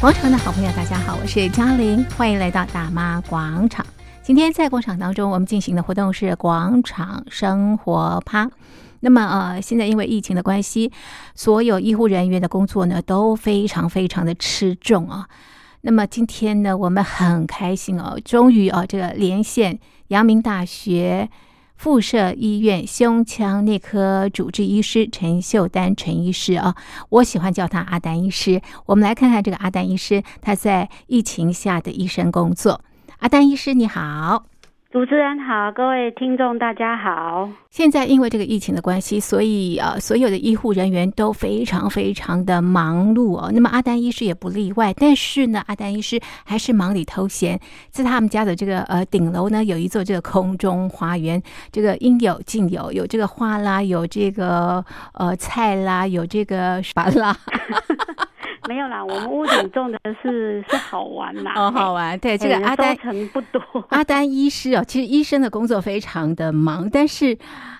广场的好朋友，大家好，我是嘉玲，欢迎来到大妈广场。今天在广场当中，我们进行的活动是广场生活趴。那么呃，现在因为疫情的关系，所有医护人员的工作呢都非常非常的吃重啊。那么今天呢，我们很开心哦，终于哦，这个连线阳明大学附设医院胸腔内科主治医师陈秀丹陈医师啊，我喜欢叫他阿丹医师。我们来看看这个阿丹医师他在疫情下的医生工作。阿丹医师你好，主持人好，各位听众大家好。现在因为这个疫情的关系，所以呃，所有的医护人员都非常非常的忙碌哦。那么阿丹医师也不例外，但是呢，阿丹医师还是忙里偷闲，在他们家的这个呃顶楼呢，有一座这个空中花园，这个应有尽有，有这个花啦，有这个呃菜啦，有这个 啥啦，没有啦，我们屋顶种的是是好玩啦， 哦，好玩。对，哎，这个哎阿丹收成不多。 阿丹医师哦，其实医生的工作非常的忙，但是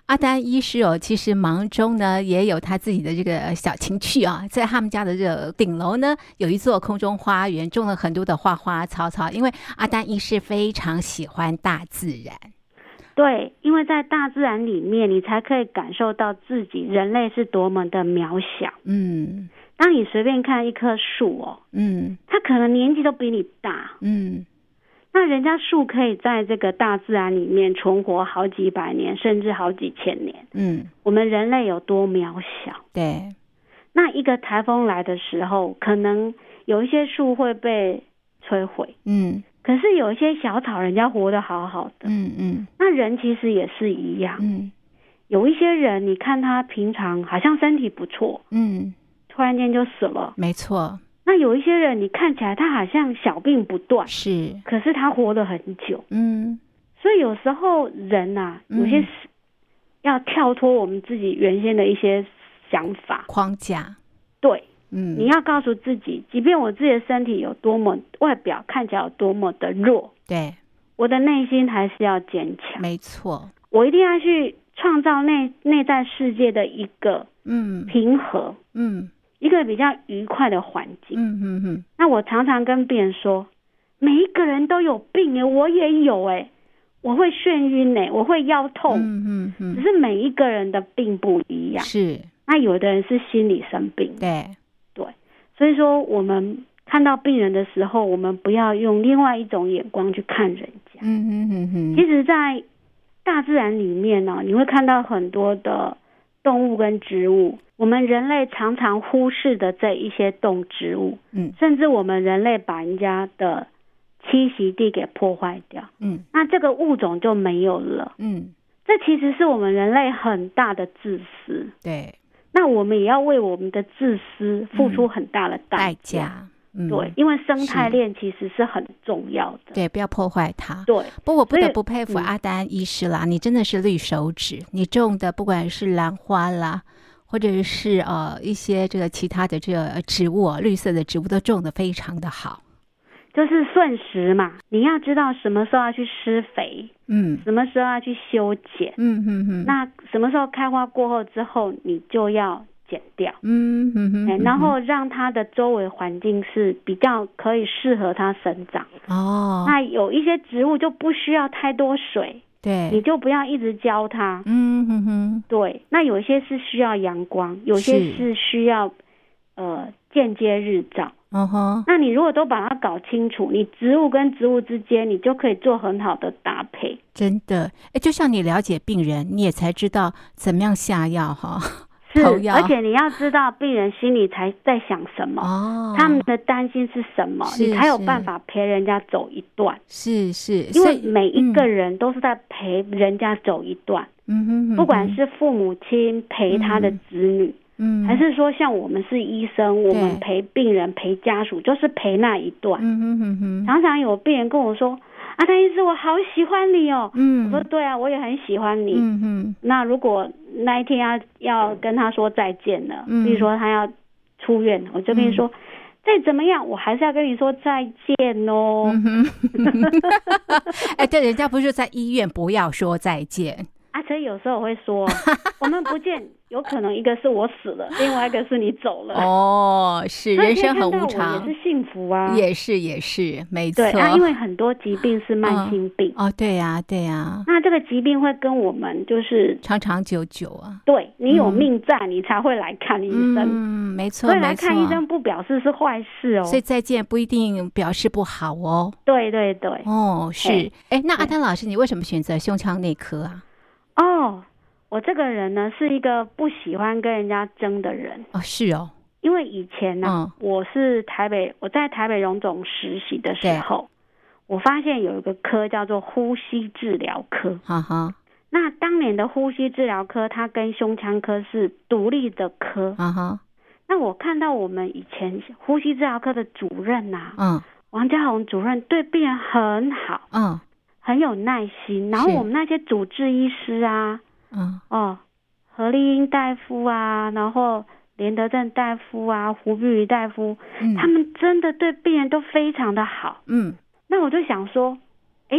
阿丹医师哦，其实忙中呢也有他自己的这个小情趣啊。在他们家的这个顶楼呢，有一座空中花园，种了很多的花花草草。因为阿丹医师非常喜欢大自然，对，因为在大自然里面，你才可以感受到自己人类是多么的渺小。嗯当你随便看一棵树哦，嗯它可能年纪都比你大，嗯那人家树可以在这个大自然里面存活好几百年，甚至好几千年。嗯，我们人类有多渺小？对，那一个台风来的时候，可能有一些树会被摧毁，嗯可是有一些小草，人家活得好好的。嗯嗯那人其实也是一样，嗯有一些人，你看他平常好像身体不错，嗯，突然间就死了；没错，那有一些人，你看起来他好像小病不断，是，可是他活了很久。嗯所以有时候人呐、嗯有些是要跳脱我们自己原先的一些想法，框架，对。嗯，你要告诉自己，即便我自己的身体有多么外表看起来有多么的弱，对，我的内心还是要坚强。没错，我一定要去创造内内在世界的一个嗯平和，嗯一个比较愉快的环境。嗯嗯嗯。那我常常跟病人说，每一个人都有病诶，我也有诶，我会眩晕诶，我会腰痛，嗯嗯只嗯，是每一个人的病不一样。是那有的人是心理生病，对，所以说，我们看到病人的时候，我们不要用另外一种眼光去看人家。嗯嗯嗯其嗯，实，在大自然里面呢、你会看到很多的动物跟植物。我们人类常常忽视的这一些动植物，嗯甚至我们人类把人家的栖息地给破坏掉，嗯那这个物种就没有了。嗯，这其实是我们人类很大的自私。对，那我们也要为我们的自私付出嗯很大的代代价，嗯，对，因为生态是链其实是很重要的。对，不要破坏它。对，不，我不所以得不佩服嗯阿丹医师啦，你真的是绿手指，你种的不管是兰花啦，或者是呃一些这个其他的这个植物哦，绿色的植物都种的非常的好。就是瞬时嘛，你要知道什么时候要去施肥，嗯什么时候要去修剪，嗯嗯嗯，那什么时候开花过后之后，你就要剪掉。嗯嗯哎嗯，，然后让它的周围环境是比较可以适合它生长。哦，那有一些植物就不需要太多水，你对，就不要一直浇它。嗯嗯嗯，对，那有一些是需要阳光，有些是是需要呃间接日照。哦吼，那你如果都把它搞清楚，你植物跟植物之间，你就可以做很好的搭配。真的，哎，就像你了解病人，你也才知道怎么样下药哈。是，头药而且你要知道病人心里才在想什 么，哦，他们的担心是什么，是你才有是办法陪人家走一段。是是，因所为以每一个嗯人都是在陪人家走一段，嗯哼哼不管哼是父母亲陪他的嗯子女，嗯还是说像我们是医生，我对们陪病人、陪家属，就是陪那一段。嗯哼哼哼常常有病人跟我说：“阿丹医师，我好喜欢你哦。”我嗯说对啊，我也很喜欢你。嗯哼那如果那一天要要跟他说再见了，嗯比如说他要出院，我就跟你说，再怎么样，我还是要跟你说再见哦。嗯哼，哎，对，人家不是在医院不要说再见，啊，所以有时候我会说， 我们不见，有可能一个是我死 了，另外一个是你走了。哦，是所以人可以生很看到无我常哦也，是幸福啊。也是也是，没错对。啊，因为很多疾病是慢性病，哦，对呀、对呀、那这个疾病会跟我们就是长长久久啊。对你有嗯命在，你才会来看医生。嗯，没错所以来没错看。医生不表示是坏事哦。所以再见不一定表示不好哦。对对对。哦，是嘿。哎，那阿丹老师，你为什么选择胸腔内科啊？哦，我这个人呢是一个不喜欢跟人家争的人，哦，是哦，因为以前呢、嗯我是台北，我在台北荣总实习的时候，我发现有一个科叫做呼吸治疗科。哈哈，那当年的呼吸治疗科，它跟胸腔科是独立的科。哈哈，那我看到我们以前呼吸治疗科的主任呐、嗯王家宏主任对病人很好，嗯很有耐心。然后是我们那些主治医师啊，嗯，哦，何立英大夫啊，然后连德正大夫啊，胡碧瑜大夫，嗯他们真的对病人都非常的好。嗯那我就想说，诶，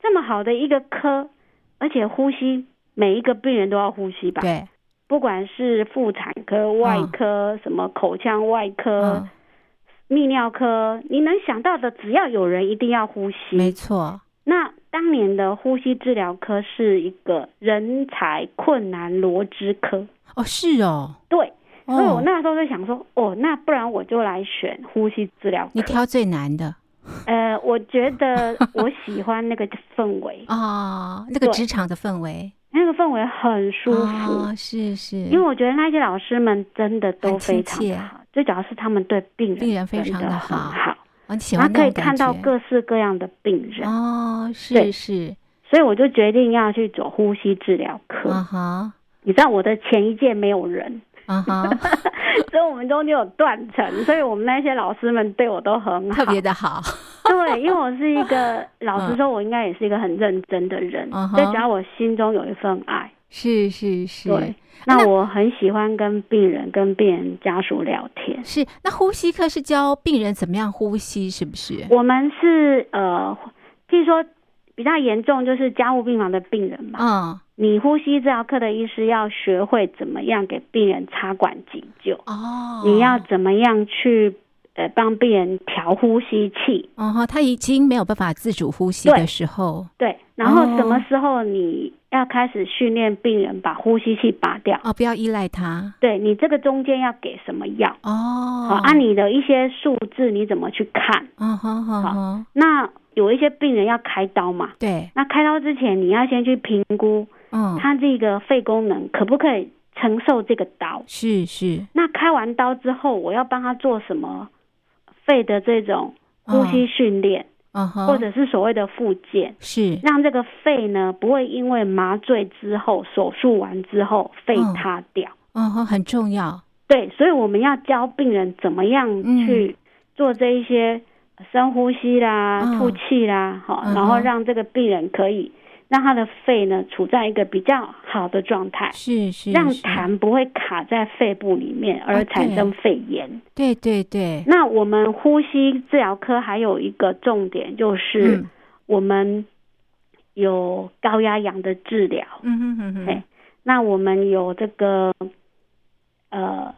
这么好的一个科，而且呼吸每一个病人都要呼吸吧，对，不管是妇产科、外科、什么口腔外科、嗯，泌尿科，你能想到的，只要有人一定要呼没吸。错，那当年的呼吸治疗科是一个人才困难罗织科，哦，是哦，对，所以我哦，那时候就想说，哦，那不然我就来选呼吸治疗你科。挑最难的呃，我觉得我喜欢那个氛围，啊，那个对职场的氛围那个氛围很舒服，啊，是是，因为我觉得那些老师们真的都很亲非常切的好，最主要是他们对病人病人非真常的的很好好，我很哦喜他欢可那以种感看到觉。各式各样的病人，哦，是对是，所以我就决定要去走呼吸治疗科。啊哈你知道我的前一届没有人， 啊哈，所以我们中间有断层，所以我们那些老师们对我都很好，特别的好， 对，因为我是一个，老实说，我应该也是一个很认真的人嗯，哼所以只要我心中有一份爱，是是是。对，那那我很喜欢跟病人、跟病人家属聊天。是，那呼吸科是教病人怎么样呼吸，是不是？我们是呃，譬如说比较严重就是家务病房的病人嘛，嗯，你呼吸治疗科的医师要学会怎么样给病人插管急救，哦，你要，怎么样去呃帮病人调呼吸器，哦哈，他已经没有办法自主呼吸对的时候，对，然后哦什么时候你要开始训练病人把呼吸器拔掉？哦，不要依赖他，对你这个中间要给什么药？哦，好、按、你的一些数字你怎么去看？嗯哼哼好哼，那有一些病人要开刀嘛，对，那开刀之前你要先去评估嗯，他这个肺功能可不可以承受这个刀。是是，那开完刀之后，我要帮他做什么肺的这种呼吸训练，哦嗯哼，或者是所谓的复健？是，让这个肺呢不会因为麻醉之后、手术完之后肺塌掉。嗯哼，很重要，对，所以我们要教病人怎么样嗯去做这一些呃深呼吸啦、嗯吐气啦，好、嗯哼然后让这个病人可以让他的肺呢处在一个比较好的状态。是是，让是痰不会卡在肺部里面而产生肺炎。对对对，那我们呼吸治疗科还有一个重点就是，嗯我们有高压氧的治疗，嗯哼哼哼嘿，那我们有这个呃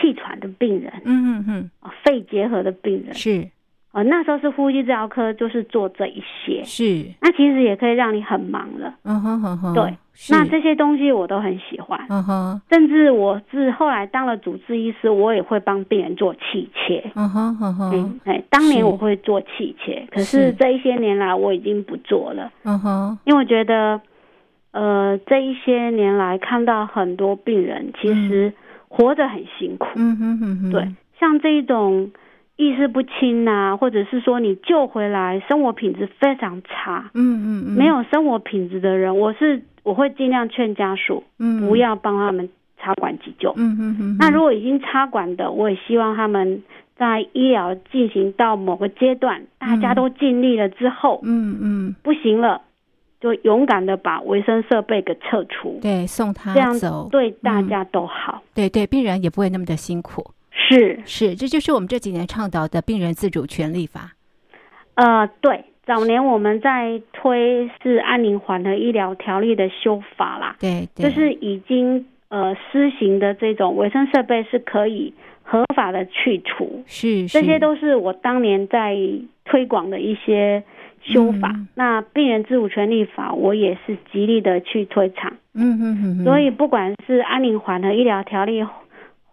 气喘的病人、嗯哼哼，啊肺结核的病人，是呃，那时候是呼吸治疗科，就是做这一些。是，那其实也可以让你很忙了。嗯哼哼哼，对，是那，这些东西我都很喜欢，嗯哼，甚至我是后来当了主治医师，我也会帮病人做气切。嗯哼哼哼，嗯，哎，当年是我会做气切，可是是这一些年来我已经不做了。嗯哼，因为我觉得，呃，这一些年来看到很多病人其实活得很辛苦，嗯哼哼哼，对，像这一种意识不清啊，或者是说你救回来，生活品质非常差，嗯嗯嗯，没有生活品质的人，我是我会尽量劝家属嗯，不要帮他们插管急救。嗯哼哼，那如果果已经插管的，我也希望他们在医疗进行到某个阶段，大家都尽力了之后，嗯嗯，不行了，就勇敢的把维生设备给撤除，对，送他这样走，嗯对大家都好。对对，病人也不会那么的辛苦。是，是，这就是我们这几年倡导的病人自主权利法。呃，对，早年我们在推是安宁缓和医疗条例的修法啦，对对，就是已经呃施行的这种卫生设备是可以合法的去除，是这些都是我当年在推广的一些修法。嗯那病人自主权利法，我也是极力的去推倡。嗯哼哼哼，所以不管是安宁缓和医疗条例后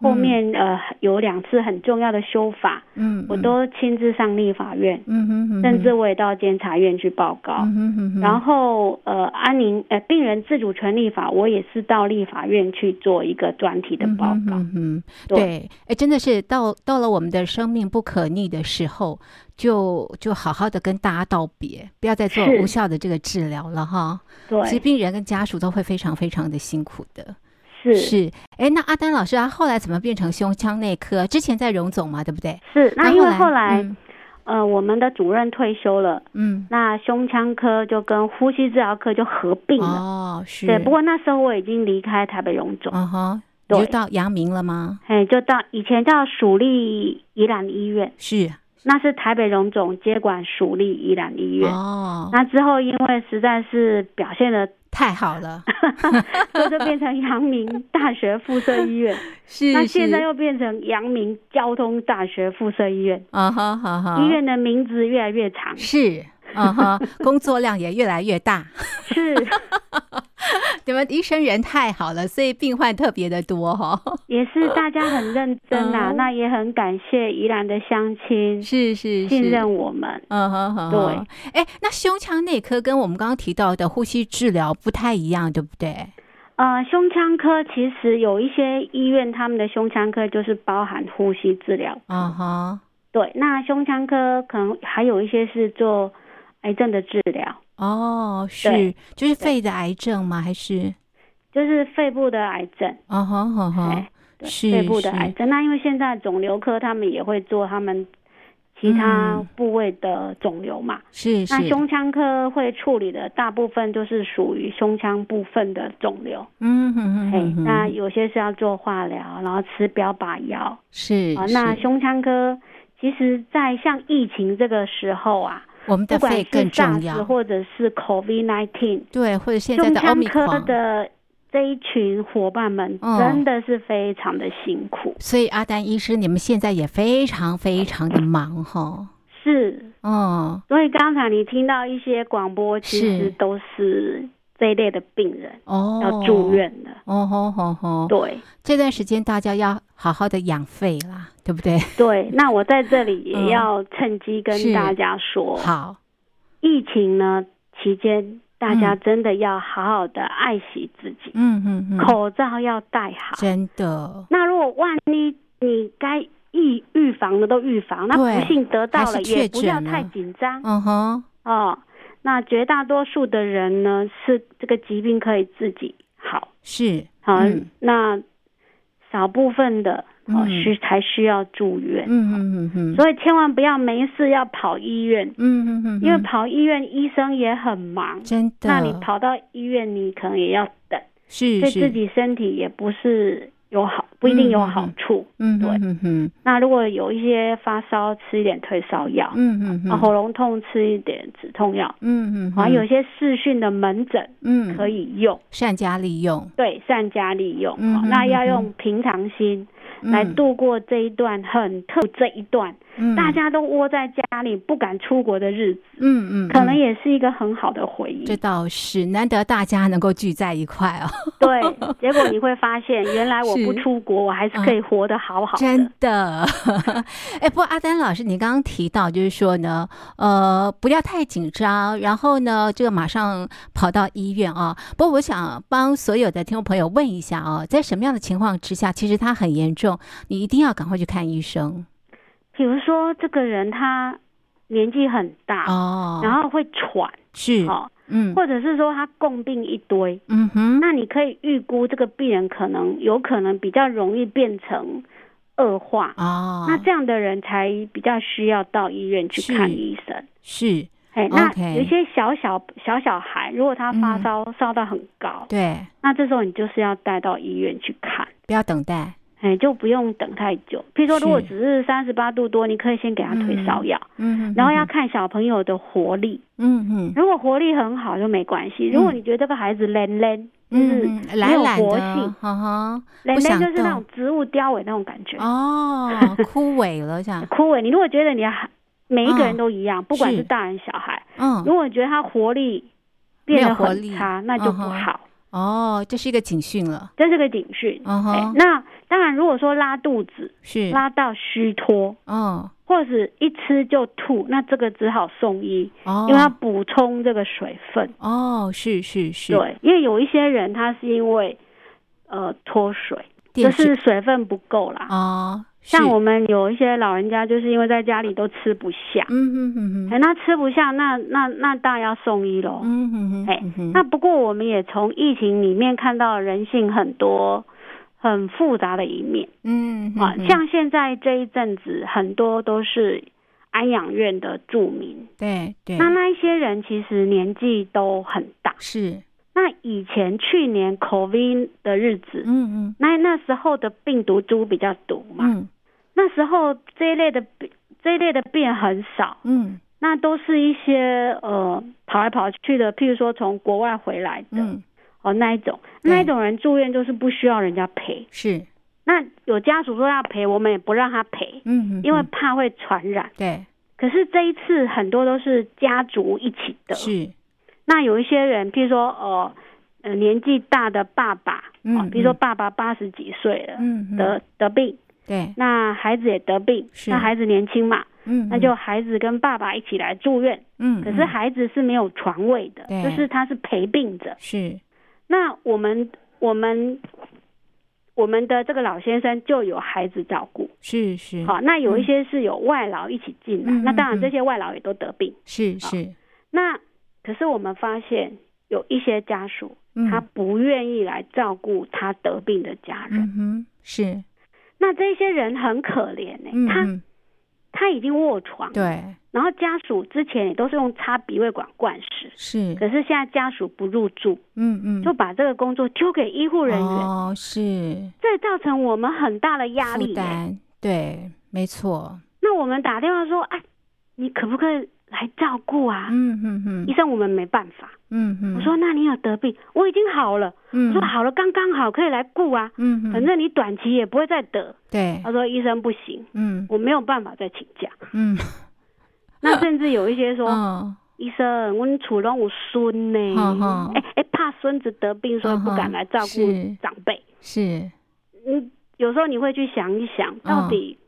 后面、呃有两次很重要的修法，嗯，我都亲自上立法院，嗯哼哼哼，甚至我也到监察院去报告。嗯哼哼哼，然后，呃，安宁呃，病人自主权利法，我也是到立法院去做一个专题的报嗯告。哼哼哼对对，哎，真的是到到了我们的生命不可逆的时候，就就好好的跟大家道别，不要再做是无效的这个治疗了哈。其实对，病人跟家属都会非常非常的辛苦的。是是，哎，那阿丹老师啊，后来怎么变成胸腔内科？之前在荣总嘛，对不对？是那因为后来，嗯呃，我们的主任退休了，嗯，那胸腔科就跟呼吸治疗科就合并了。哦，是，对，不过那时候我已经离开台北荣总，嗯哼，你就对到阳明了吗？哎，就到以前叫属立宜兰医院，是，那是台北荣总接管属立宜兰医院。哦，那之后因为实在是表现的，太好了， 所以就变成阳明大学附设医院。 是，那现在是又变成阳明交通大学附设医院，啊哈哈哈，医院的名字越来越 长，是。啊哈，工作量也越来越大。 是你们医生人太好了，所以病患特别的多 哈、哦。也是大家很认真啊嗯。那也很感谢宜兰的乡亲是是是，信任我们，嗯哼哼哼。对，哎，那胸腔内科跟我们刚刚提到的呼吸治疗不太一样，对不对？呃，胸腔科其实有一些医院，他们的胸腔科就是包含呼吸治疗。啊嗯哈，对，那胸腔科可能还有一些是做癌症的治疗，哦，是对，就是肺的癌症吗？还是？就是肺部的癌症。啊哈哈哈哎，对是肺部的是癌症。那因为现在肿瘤科他们也会做他们其他嗯部位的肿瘤嘛，是是那，胸腔科会处理的大部分都是属于胸腔部分的肿瘤。嗯哼哼哎、哼哼，那有些是要做化疗，然后吃标靶药是啊。那是胸腔科其实，在像疫情这个时候啊，我们不的管肺是更重 SARS 要，或者是 COVID nineteen，对，或者现在胸的奥腔密克科戎。的这一群伙伴们嗯真的是非常的辛苦。所以阿丹医师，你们现在也非常非常的忙哈。是，哦所以刚才你听到一些广播，其是实都是这一类的病人哦，要住。院了。哦吼吼吼！对这段时间大家要好好的养肺啦，对不对？对，那我在这里嗯也要趁机是跟大家说，好，疫情呢期间，大家真的要好好的爱惜自己，嗯嗯嗯，口罩要戴好。真的那如果万一你该预预防的都预防，那对不幸得到还是了确也不要诊了太紧张嗯哼，哦。那绝大多数的人呢，是这个疾病可以自己好。是，好，嗯那少部分的哦嗯需才需要住院，嗯嗯嗯嗯，所以千万不要没事要跑医院，嗯嗯嗯，因为嗯跑医院医生也很忙，真的，那你跑到医院你可能也要等，是对是自，己身体也不是有好，不一定有好处。嗯对嗯嗯那如果有一些发烧，吃一点退烧药，嗯嗯啊嗯，喉咙痛吃一点止痛药，嗯嗯，哦好像嗯有些视讯的门诊嗯可以用，善加利用，对，善加利用。嗯好嗯那要嗯用平常心。来嗯度过这一段很特这一段，嗯大家都窝在家里不敢出国的日子，嗯嗯，可能嗯也是一个很好的回忆这。倒是难得大家能够聚在一块哦。对，结果你会发现，原来我 是啊不出国，我还是可以活得好好的真。的， 哎，不过阿丹老师，你刚刚提到就是说呢，呃，不要太紧张，然后呢，这个马上跑到医院啊。不过我想帮所有的听众朋友问一下啊，在什么样的情况之下，其实它很严重，你一定要赶快去看医生比如说，这个人他年纪很大，哦。然后会喘，是，哦，嗯或者是说他共病一堆，嗯哼，那你可以预估这个病人可能有可能比较容易变成恶化，哦，那这样的人才比较需要到医院去看是医生。是哎，那 OK 有一些小小小小孩，如果他发嗯烧烧到很高，对，那这时候你就是要带到医院去看。不要等待，哎，就不用等太久。譬如说，是如果只是三十八度多，你可以先给他退烧药，嗯，然后要看小朋友的活力。嗯嗯如果活力很好就没关系。如果你觉得这个孩子懒懒，就是嗯，懒懒没有活的性，哈哈，懒不想懒就是那动种植物凋萎那种感觉，哦，枯萎了这样，枯萎。你如果觉得你的孩每一个人嗯都一样，不管是是大人小孩，嗯， 如果你觉得他活力变得很差，没有活力那就不嗯哼好，哦，这是一个警讯了，这是个警讯。嗯哎哼，嗯那当然，如果说拉肚子是，拉到虚脱，嗯，或者是一吃就吐，那这个只好送医，哦，因为要补充这个水分。哦，是是是，对，因为有一些人他是因为呃脱水，就电视是水分不够啦。哦，像是我，们有一些老人家，就是因为在家里都吃不下，嗯哼哼哎，哼，那吃不下，那那那当然要送医喽。嗯哼哼，哎嗯哼那不过我们也从疫情里面看到人性很多很复杂的一面嗯啊哼，哼像现在这一阵子很多都是安养院的住民，对对，那那一些人其实年纪都很大。是，那以前去年 COVID 的日子，嗯嗯那那时候的病毒株比较毒嘛，嗯那时候这一类的病这一类的病很少，嗯那都是一些呃跑来跑去的，譬如说从国外回来的，嗯，哦，那一种，对那一种人住院就是不需要人家陪。是，那有家属说要陪，我们也不让他陪，嗯哼，因为哼怕会传染。对可是这一次很多都是家族一起的，哦是，那有一些人，譬如说呃呃年纪大的爸爸，哦嗯，比如说嗯爸爸八十几岁了，嗯哼得得病，对，那孩子也得病，是那孩子年轻嘛，嗯，那嗯就孩子跟爸爸一起来住院，嗯，可是嗯孩子是没有床位的，对就是他是陪病者。是，那我们我们我们的这个老先生就有孩子照顾，是是，好，那有一些是有外劳一起进来，嗯那嗯当然嗯这些外劳也都得病。是好是，那可是我们发现有一些家属嗯他不愿意来照顾他得病的家人，嗯哼，是，那这些人很可怜呢、嗯他嗯，他已经卧床，，对，然后家属之前也都是用插鼻胃管灌食，是，可是现在家属不入住，嗯嗯，就把这个工作丢给医护人员，哦，是这造成我们很大的压负力欸啊耶、担，对，没错，那我们打电话说，哎，你可不可以来照顾啊？嗯嗯嗯医生，我们没办法。嗯嗯，我说，那你有得病？我已经好了。嗯，我说好了，刚刚好可以来顾啊。嗯嗯，反正你短期也不会再得。对，他说医生不行，嗯我没有办法再请假。嗯，那甚至有一些 说，嗯，医生，我厝拢有孙哼呢哼，哎哎，怕孙子得病，所以不敢来照嗯顾哼嗯是长辈。是，嗯，有时候你会去想一嗯想，到底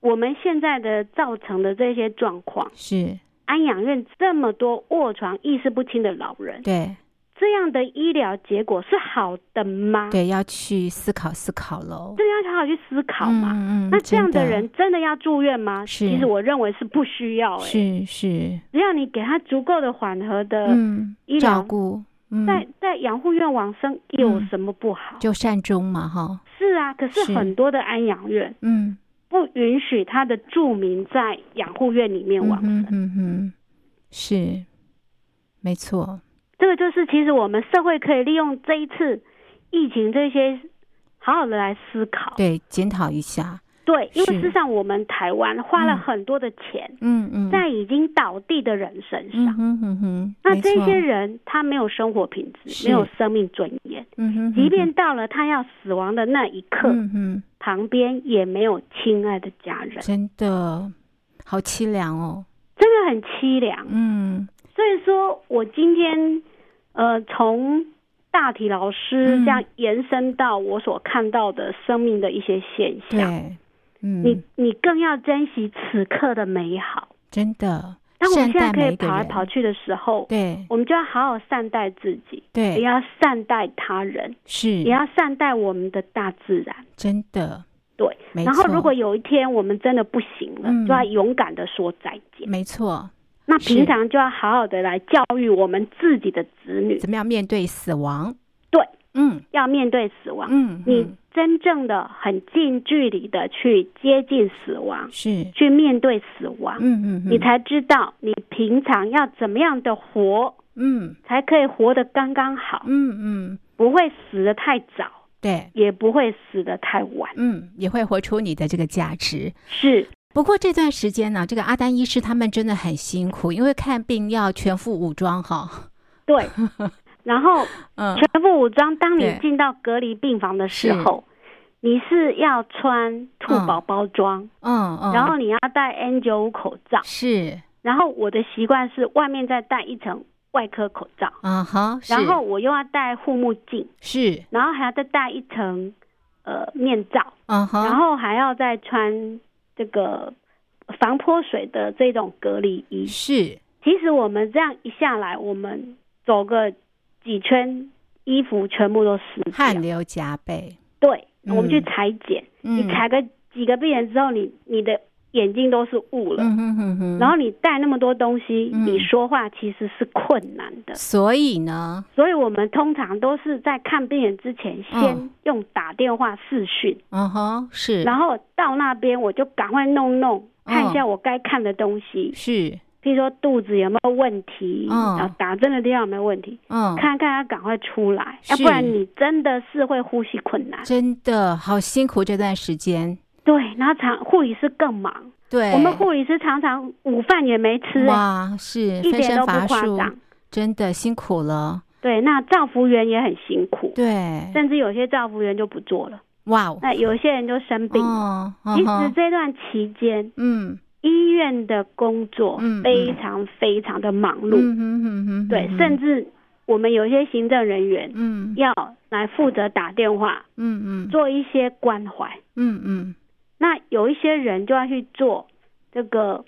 我们现在的造成的这些状况，是，安养院这么多卧床意识不清的老人，对这样的医疗结果是好的吗？对，要去思考思考喽这。个要好好去思考嗯嘛。嗯，嗯那这真样的的人真的要住院吗？是其实我认为是不需要、欸。是是，只要你给他足够的缓和的，嗯呃医，照疗顾，嗯，在在养护院往生有嗯什么不好？就善终嘛，哈，是啊，可是是很多的安养院嗯，不允许他的住民在养护院里面嗯往生。哼嗯哼，是，没错，这个就是其实我们社会可以利用这一次疫情这些，好好的来思考。对，检讨一下，对因是为事实上我们台湾花了嗯很多的钱嗯嗯，在已经倒地的人身嗯上，哼嗯哼，那没这错些，人他没有生活品是质，没有生命尊严，嗯哼，即嗯便到了他要死亡的那一刻，嗯哼，旁边也没有亲爱的家人，真的好凄凉哦，真的很凄凉。嗯，所以说我今天，呃，从大体老师嗯这样延伸到我所看到的生命的一些现象，对，嗯你，你更要珍惜此刻的美好。真的，当我们善现在待可每一以个跑来人，跑去的时候，对我们就要好好善待自己，也对，嗯要善待他人，是也，要善待我们的大自然。真的，对，没然后错如果有一天我们真的不行了，嗯就要勇敢的说再见。没错，那是平常就要好好的来教育我们自己的子女，怎么样面对死亡？对，嗯要面对死亡。嗯，你嗯真正的很近距离的去接近死亡，是，去面对死亡，嗯嗯，你嗯才知道你平常要怎么样的活，嗯才可以活得刚刚好，嗯嗯，不会死得太早。对，也不会死得太晚。嗯，也会活出你的这个价值。是，不过这段时间呢、这个阿丹医师他们真的很辛苦，因为看病要全副武装哈。 对。然后嗯，全副武装，当你对进到隔离病房的时是候，你是要穿兔嗯宝宝装，嗯嗯，然后你要戴 N 9 5口罩。是然后我的习惯是外面再戴一层外科口罩，啊哈，是然后我又要戴护目镜，是然后还要再戴一层呃面罩，嗯哈，然后还要再穿这个防泼水的这种隔离衣。是其实我们这样一下来，我们走个几圈，衣服全部都湿汗掉。流浃背。对，嗯我们去裁剪，嗯你裁个几个病人之后，你你的眼睛都是雾了。嗯哼哼哼，然后你带那么多东西，嗯你说话其实是困难的，所以呢，所以我们通常都是在看病人之前，先嗯用打电话视讯，嗯哼，是然后到那边我就赶快弄弄，嗯看一下我该看的东西，是譬如说肚子有没有问题，嗯然后打针的地方有没有问题，嗯，看看要赶快出来，是要不然你真的是会呼吸困难。真的好辛苦这段时间。对，然后常护理师更忙，对，我们护理师常常午饭也没吃、欸哇，是一分点身都不乏夸术，张。真的辛苦了。对，那照服员也很辛苦。对，甚至有些照服员就不做了，哇哦，那有些人就生病。哦，嗯其实哼这段期间，嗯医院的工作嗯嗯非常非常的忙嗯碌，哼哼哼哼，对，甚至至我们有一些行政人员嗯要来负责打电话，嗯嗯做一些关怀。嗯嗯那有一些人就要去做这个，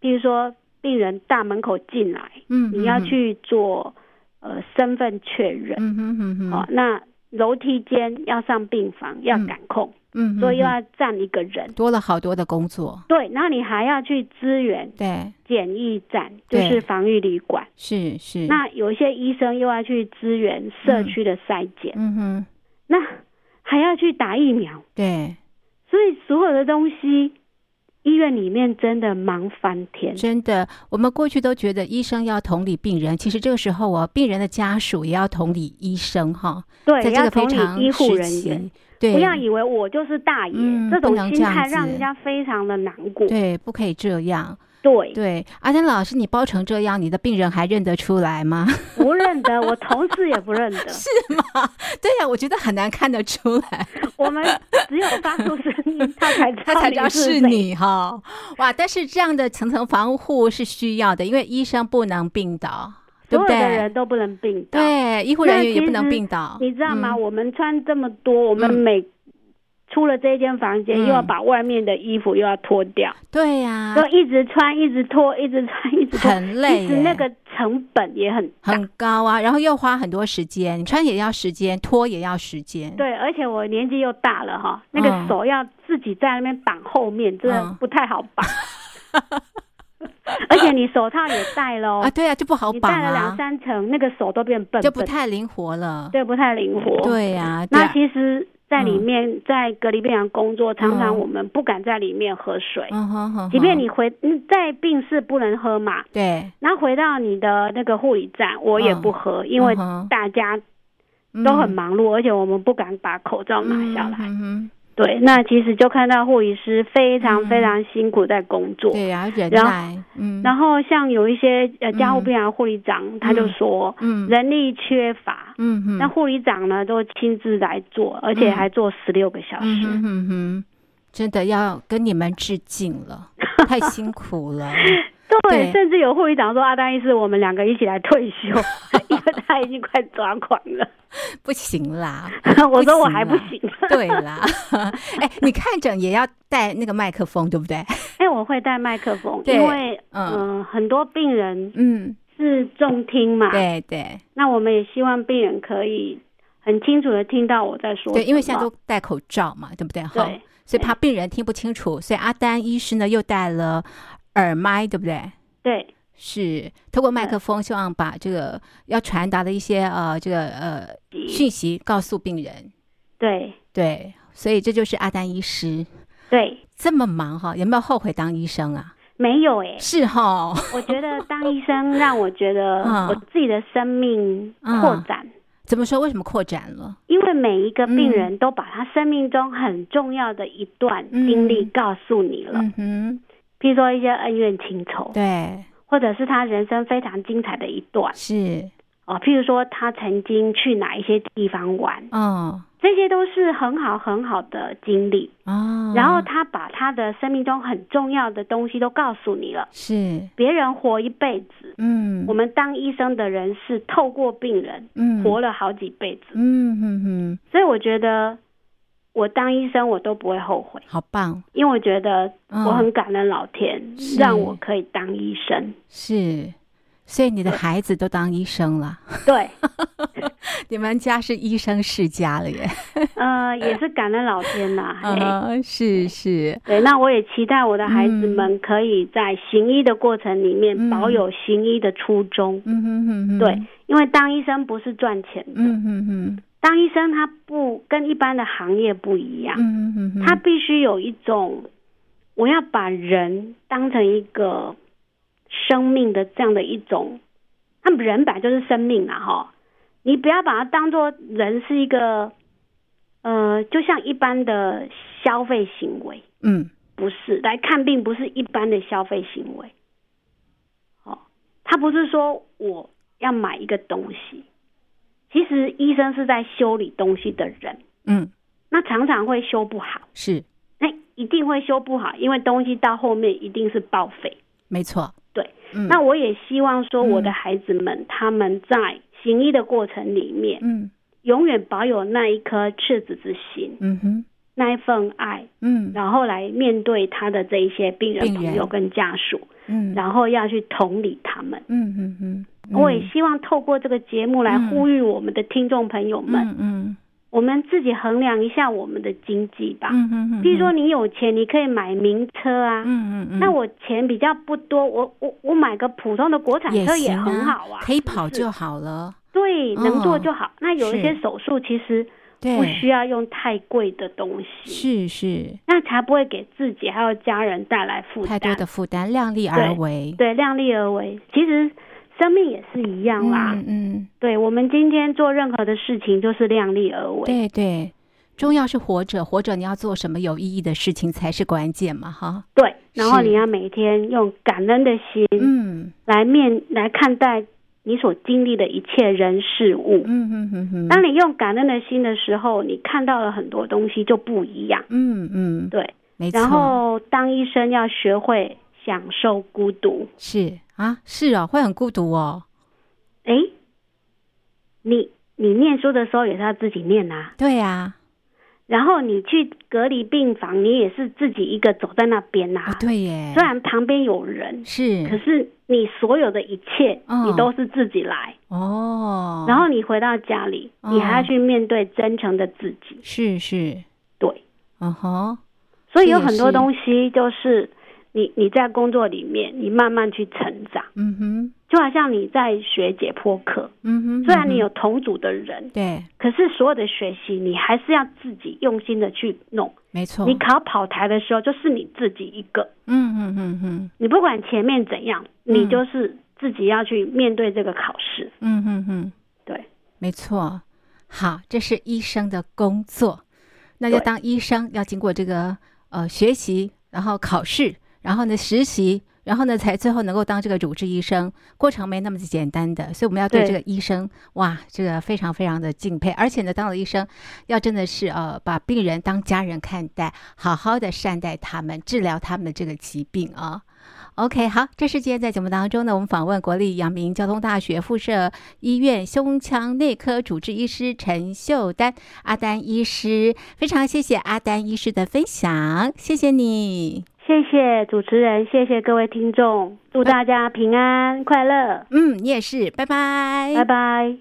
比如说病人大门口进来，嗯，你要嗯，去做呃身份确认，嗯哼哼哼，哦，那楼梯间要上病房要嗯感控。嗯哼，所以又哼要站一个人。多了好多的工作，对，然后你还要去支援对，检疫站，就对是防疫旅馆。是是，那有一些医生又要去支援社区的筛检，嗯哼，那还要去打疫苗。对，所以所有的东西，医院里面真的忙翻天。真的，我们过去都觉得医生要同理病人，其实这个时候哦，病人的家属也要同理医生哈，对，在这要个非同理常医护时人员，期，对，不要以为我就是大爷，嗯这不种能心这样态让子人家非常的难过。对，不可以这样。对，对，阿丹老师，你包成这样，你的病人还认得出来吗？ 不认得，我同事也不认得，对呀、我觉得很难看得出来，我们只有发出声 音，他才他才知道是是谁你哈。哇，但是这样的层层防护是需要的，因为医生不能病倒，对所不有的对？人都不能病倒，对，医护人员也不能病倒，你知道吗？嗯我们穿这么多，我们嗯每出了这间房间，嗯又要把外面的衣服又要脱掉，对呀、就一直穿，一直脱，一直穿，一直脱，很累其实耶，那个成本也很大。很高啊，然后又花很多时间，你穿也要时间，脱也要时间，对，而且我年纪又大了哈，那嗯个手要自己在那边绑后面，真的嗯不太好 绑。而且你手套也戴喽，啊，对啊，就不好哦你绑戴了啊两，三层，那个手都变笨就笨，不太灵活了。对，不太灵活。对呀、对那啊，其实，在里嗯面、在隔离病房工作，常嗯常我们不敢在里面喝水，嗯哼哼，即便哼你回嗯在病室不能喝嘛，对那回到你的那个护理站，我也嗯不喝，因为嗯哼大家都很嗯忙碌，而且我们不敢把口罩拿下来。嗯哼对，那其实就看到护理师非常嗯非常辛苦在工作。对呀、忍然后耐，嗯，然后像有一些呃家护嗯病房护理长，他就嗯说嗯人力缺乏，嗯哼，那护理长呢都亲自来做，而且还做十六个小嗯时。哼哼哼，真的要跟你们致敬 了，太辛苦了，对对，甚至有护理长说：“阿丹医师，我们两个一起来 退休，因为他已经快抓狂了。不行啦，”我说：“我还不不行啊行。啊对啦， 哎，你看诊也要带那个麦克风，对不对？” 哎，我会带麦克风，对因为嗯嗯、呃很多病人嗯，是重听嘛，对对那我们也希望病人可以很清楚的听到我在说什么。对，因为现在都戴口罩嘛，对不对？哈，对所以怕病人听不清楚，所以阿丹医师呢又带了耳麦，对不对？对是透过麦嗯克风，希望把这个要传达的一些呃这个呃嗯讯息告诉病人。对对，所以这就是阿丹医师对，这么忙哈，有没有后悔当医生啊？没有哎、是哈， 我觉得当医生让我觉得嗯我自己的生命嗯扩展怎么说？为什么扩展了？因为每一个嗯病人都把他生命中很重要的一段经历嗯告诉你了，嗯哼，譬如说一些恩怨情仇，对，或者是他人生非常精彩的一段是，哦，譬如说他曾经去哪一些地方玩，哦，这些都是很好很好的经历。哦，然后他把他的生命中很重要的东西都告诉你了。是，别人活一辈子，嗯，我们当医生的人是透过病人嗯，活了好几辈子，嗯哼哼，所以我觉得我当医生我都不会后悔，好棒，因为我觉得嗯我很感恩老天、是让我可以当 医生。是。所以你的孩子都当医生了， 对，你们家是医生世家了耶！呃，也是感恩老天 呐、嘿啊，是是，对，那我也期待我的孩子们可以在行医的过程里嗯面保有行医的初衷。嗯哼哼哼，对，因为当医生不是赚钱的，嗯哼哼，当医生他不跟一般的行业不一样，嗯哼哼哼，他必须有一种我要把人当成一个生命的这样的一种，他们人本来就是生命啊，哈，你不要把它当做人是一个，呃，就像一般的消费行为，嗯不是来看病不是一般的消费行为，哦，他不是说我要买一个东西，其实医生是在修理东西的人，嗯那常常会修不好，是那一定会修不好，因为东西到后面一定是报废。没错，对，嗯那我也希望说嗯我的孩子们、他们在行医的过程里面，嗯永远保有那一颗赤子之心，嗯哼那一份爱，嗯然后来面对他的这一些病人病人朋友跟家属。嗯然后要去同理他们。嗯嗯嗯，我也希望透过这个节目来呼吁我们的听众朋友们，嗯嗯我们自己衡量一下我们的经济吧。嗯嗯嗯，比如说，你有钱，你可以买名车啊。嗯嗯嗯，那我钱比较不多，我我我买个普通的国产也车也行很好啊，可以跑是不是就好了，对，嗯能做就好。那有一些是手术其实不对，需要用太贵的东是西，是那才不会给自己还有家人带来负太担。多的负担，量力而为，对，量力而为。其实生命也是一样啦。嗯嗯，对，我们今天做任何的事情就是量力而为。对对。重要是活着，活着你要做什么有意义的事情才是关键嘛，哈。对然后是你要每天用感恩的心嗯来面、来看待你所经历的一切人事物。嗯嗯嗯嗯，当你用感恩的心的时候，你看到了很多东西就不一样。嗯嗯，对，没错。然后当医生要学会享受孤独。是啊，是哦，会很孤独哦。诶，你你念书的时候也是要自己念啊，对呀、然后你去隔离病房，你也是自己一个走在那边呐、啊，哦，对耶虽，然旁边有人，可是是你所有的一切，嗯你都是自己来。哦，然后你回到家里，哦你还要去面对真诚的自己。是是，对，嗯哼，所以这有也很是多东西就是你你在工作里面，你慢慢去成长，嗯哼，就好像你在学解剖课，嗯哼，虽然你嗯有同组的人哼，对，可是所有的学习你还是要自己用心的去弄。没错，你嗯考跑台的时候，就是你自己一个，嗯嗯嗯你不管前面怎样，你就是自己要去面对这个考试。嗯嗯嗯，对。没错。好，这是医生的工作，那要对当医生要经过这个呃学习，然后考试，然后呢实习。然后呢，才最后能够当这个主治医生，过程没那么简单的，所以我们要对对这个医生哇，这个非常非常的敬佩。而且呢，当了医生，要真的是呃，把病人当家人看待，好好的善待他们，治疗他们的这个疾病啊。OK，好，这是今天在节目当中呢，我们访问国立阳明交通大学附设医院胸腔内科主治医师陈秀丹阿丹医师，非常谢谢阿丹医师的分享，谢谢你。谢谢主持人，谢谢各位听众，祝大家平安快乐，嗯，你也是，拜拜，拜拜。